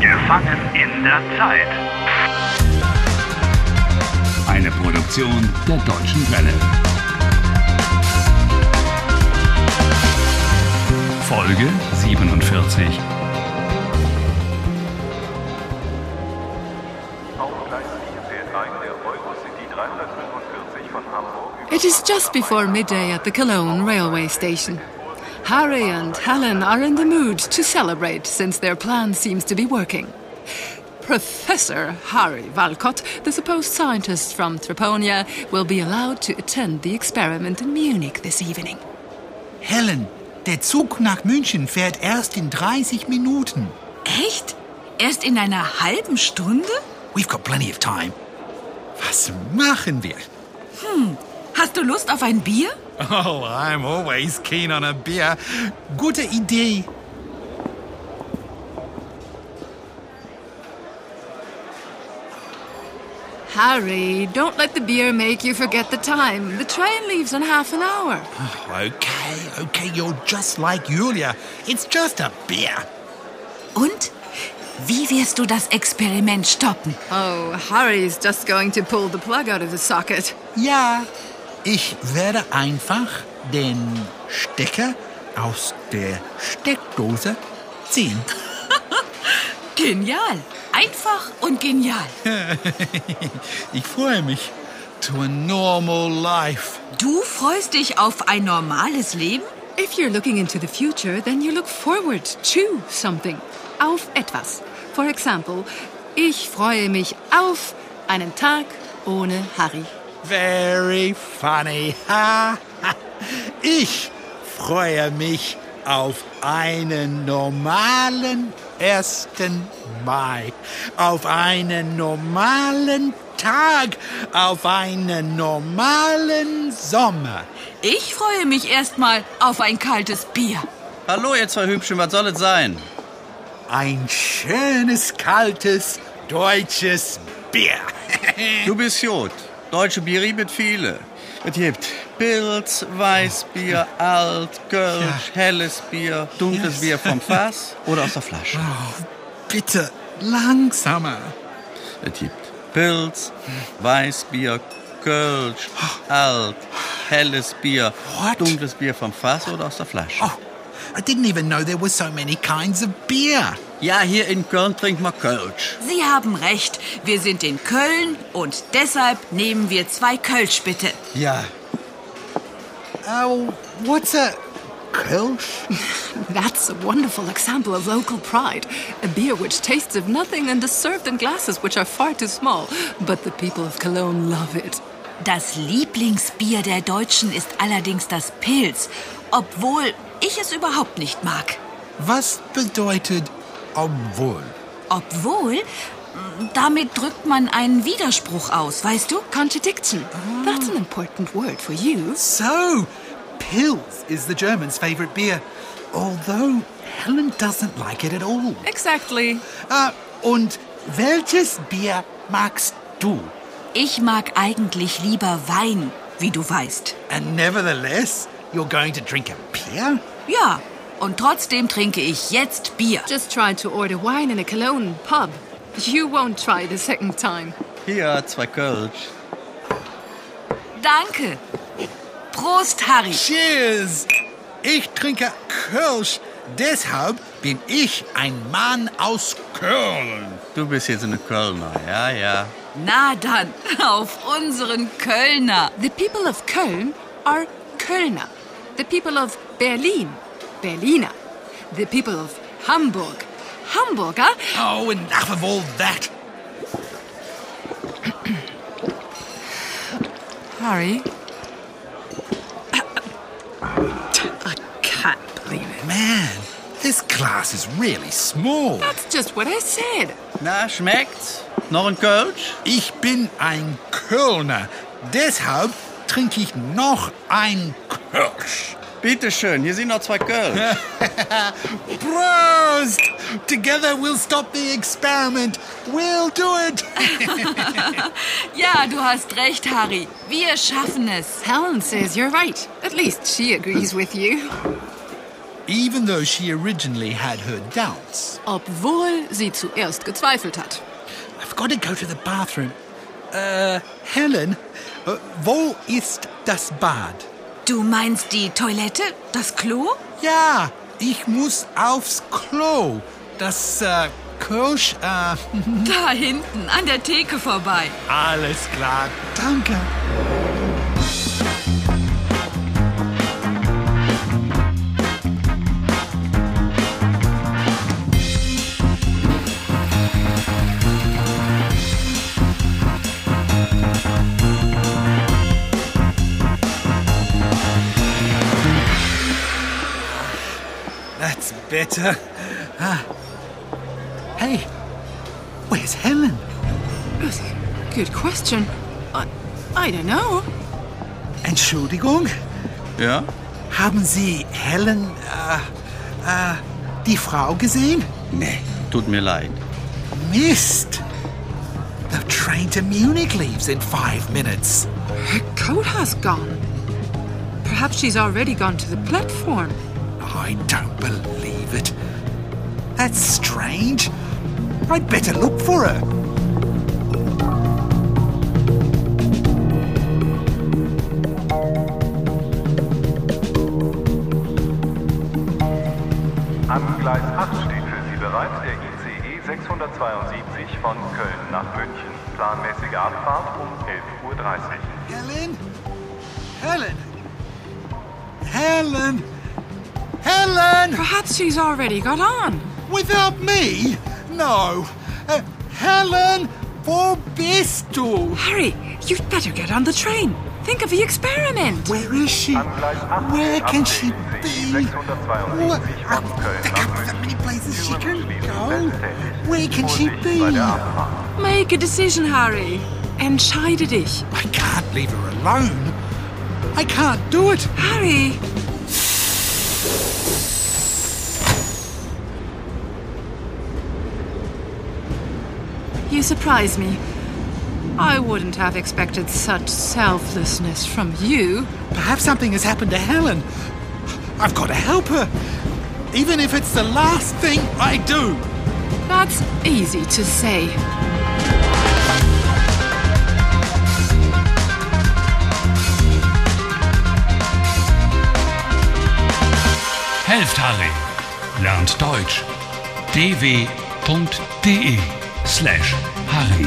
Gefangen in der Zeit. Eine Produktion der Deutschen Welle. Folge 47. Auf Gleis 4 fährt ein der Eurocity 345 von Hamburg über It is just before midday at the Cologne railway station. Harry and Helen are in the mood to celebrate since their plan seems to be working. Professor Harry Walcott, the supposed scientist from Treponia, will be allowed to attend the experiment in Munich this evening. Helen, der Zug nach München fährt erst in 30 Minuten. Echt? Erst in einer halben Stunde? We've got plenty of time. Was machen wir? Hast du Lust auf ein Bier? Oh, I'm always keen on a beer. Gute Idee. Harry, don't let the beer make you forget the time. The train leaves in half an hour. Okay, okay, you're just like Julia. It's just a beer. Und? Wie wirst du das Experiment stoppen? Oh, Harry's just going to pull the plug out of the socket. Ja, ich werde einfach den Stecker aus der Steckdose ziehen. Genial. Einfach und genial. ich freue mich. To a normal life. Du freust dich auf ein normales Leben? If you're looking into the future, then you look forward to something. Auf etwas. For example, ich freue mich auf einen Tag ohne Harry. Very funny. Ha, ha. Ich freue mich auf einen normalen 1. Mai, auf einen normalen Tag, auf einen normalen Sommer. Ich freue mich erstmal auf ein kaltes Bier. Hallo, ihr zwei Hübschen, was soll es sein? Ein schönes, kaltes, deutsches Bier. Du bist Jod. Deutsche Bieri mit viele. Es gibt Pilz, Weißbier, Alt, Kölsch, helles Bier, dunkles Yes. Bier vom Fass oder aus der Flasche. Oh, Bitte langsamer. Es gibt Pilz, Weißbier, Kölsch, Alt, helles Bier, What? dunkles Bier vom Fass oder aus der Flasche. Oh, I didn't even know there were so many kinds of beer. Ja, hier in Köln trinkt man Kölsch. Sie haben recht. Wir sind in Köln und deshalb nehmen wir zwei Kölsch bitte. Ja. Oh, what's a Kölsch? That's a wonderful example of local pride. A beer which tastes of nothing and is served in glasses which are far too small. But the people of Cologne love it. Das Lieblingsbier der Deutschen ist allerdings das Pilz, obwohl ich es überhaupt nicht mag. Was bedeutet obwohl? Obwohl, mh, damit drückt man einen Widerspruch aus, weißt du? Contradiction. That's an important word for you. So, Pils is the Germans' favorite beer, although Helen doesn't like it at all. Exactly. Ah, und welches Bier magst du? Ich mag eigentlich lieber Wein, wie du weißt. And nevertheless, you're going to drink a beer? Ja, und trotzdem trinke ich jetzt Bier. Just try to order wine in a Cologne pub. You won't try the second time. Hier, zwei Kölsch. Danke. Prost, Harry. Cheers! Ich trinke Kölsch, deshalb bin ich ein Mann aus Köln. Du bist jetzt eine Kölner, ja, ja. Na dann, auf unseren Kölner. The people of Köln are Kölner. The people of Berlin, Berliner. The people of Hamburg, Hamburger. Oh, enough of all that. Harry. I can't believe it. Man, this class is really small. That's just what I said. Na, schmeckt's? Noch ein Kölsch? Ich bin ein Kölner. Deshalb trinke ich noch ein Kölsch. Bitte schön, hier sind noch zwei Kölsch. Prost! Together we'll stop the experiment. We'll do it. Ja, du hast recht, Harry. Wir schaffen es. Helen says you're right. At least she agrees with you. even though she originally had her doubts. obwohl sie zuerst gezweifelt hat. I've got to go to the bathroom. Uh, Helen, uh, wo ist das Bad? Du meinst die Toilette? Das Klo? Ja, ich muss aufs Klo. Das äh, Kirsch, äh, Da hinten, an der Theke vorbei. alles klar. Danke. That's better. Ah. Hey, where's Helen? Good question. I, I don't know. Entschuldigung, Ja? haben Sie Helen, äh, äh, die Frau gesehen? Nee, tut mir leid. Mist! The train to Munich leaves in five minutes. Her coat has gone. Perhaps she's already gone to the platform. I don't believe it. That's strange. I'd better look for her. Am Gleis 8 steht für Sie bereits der ICE 672 von Köln nach München. Planmäßige Abfahrt um 11.30 Uhr. Helen? Helen? Helen? Helen! Perhaps she's already got on. Without me? No. Uh, Helen, wo bist du? Harry, you'd better get on the train. Think of the experiment. Where is she? Am Gleis 8 Where ab can she der ICE be? 672 Wha- von Köln There nach are so many München. places she can Türen go. schließen selbsttätig. Where can she Vorsicht be? bei der I Abfahrt. Make a decision, Harry. Entscheide dich. can't leave her alone. I can't do it. Harry! You surprise me. I wouldn't have expected such selflessness from you. Perhaps something has happened to Helen. I've got to help her. Even if it's the last thing I do. That's easy to say. Helft Harry. Lernt Deutsch. dw.de slash Harry.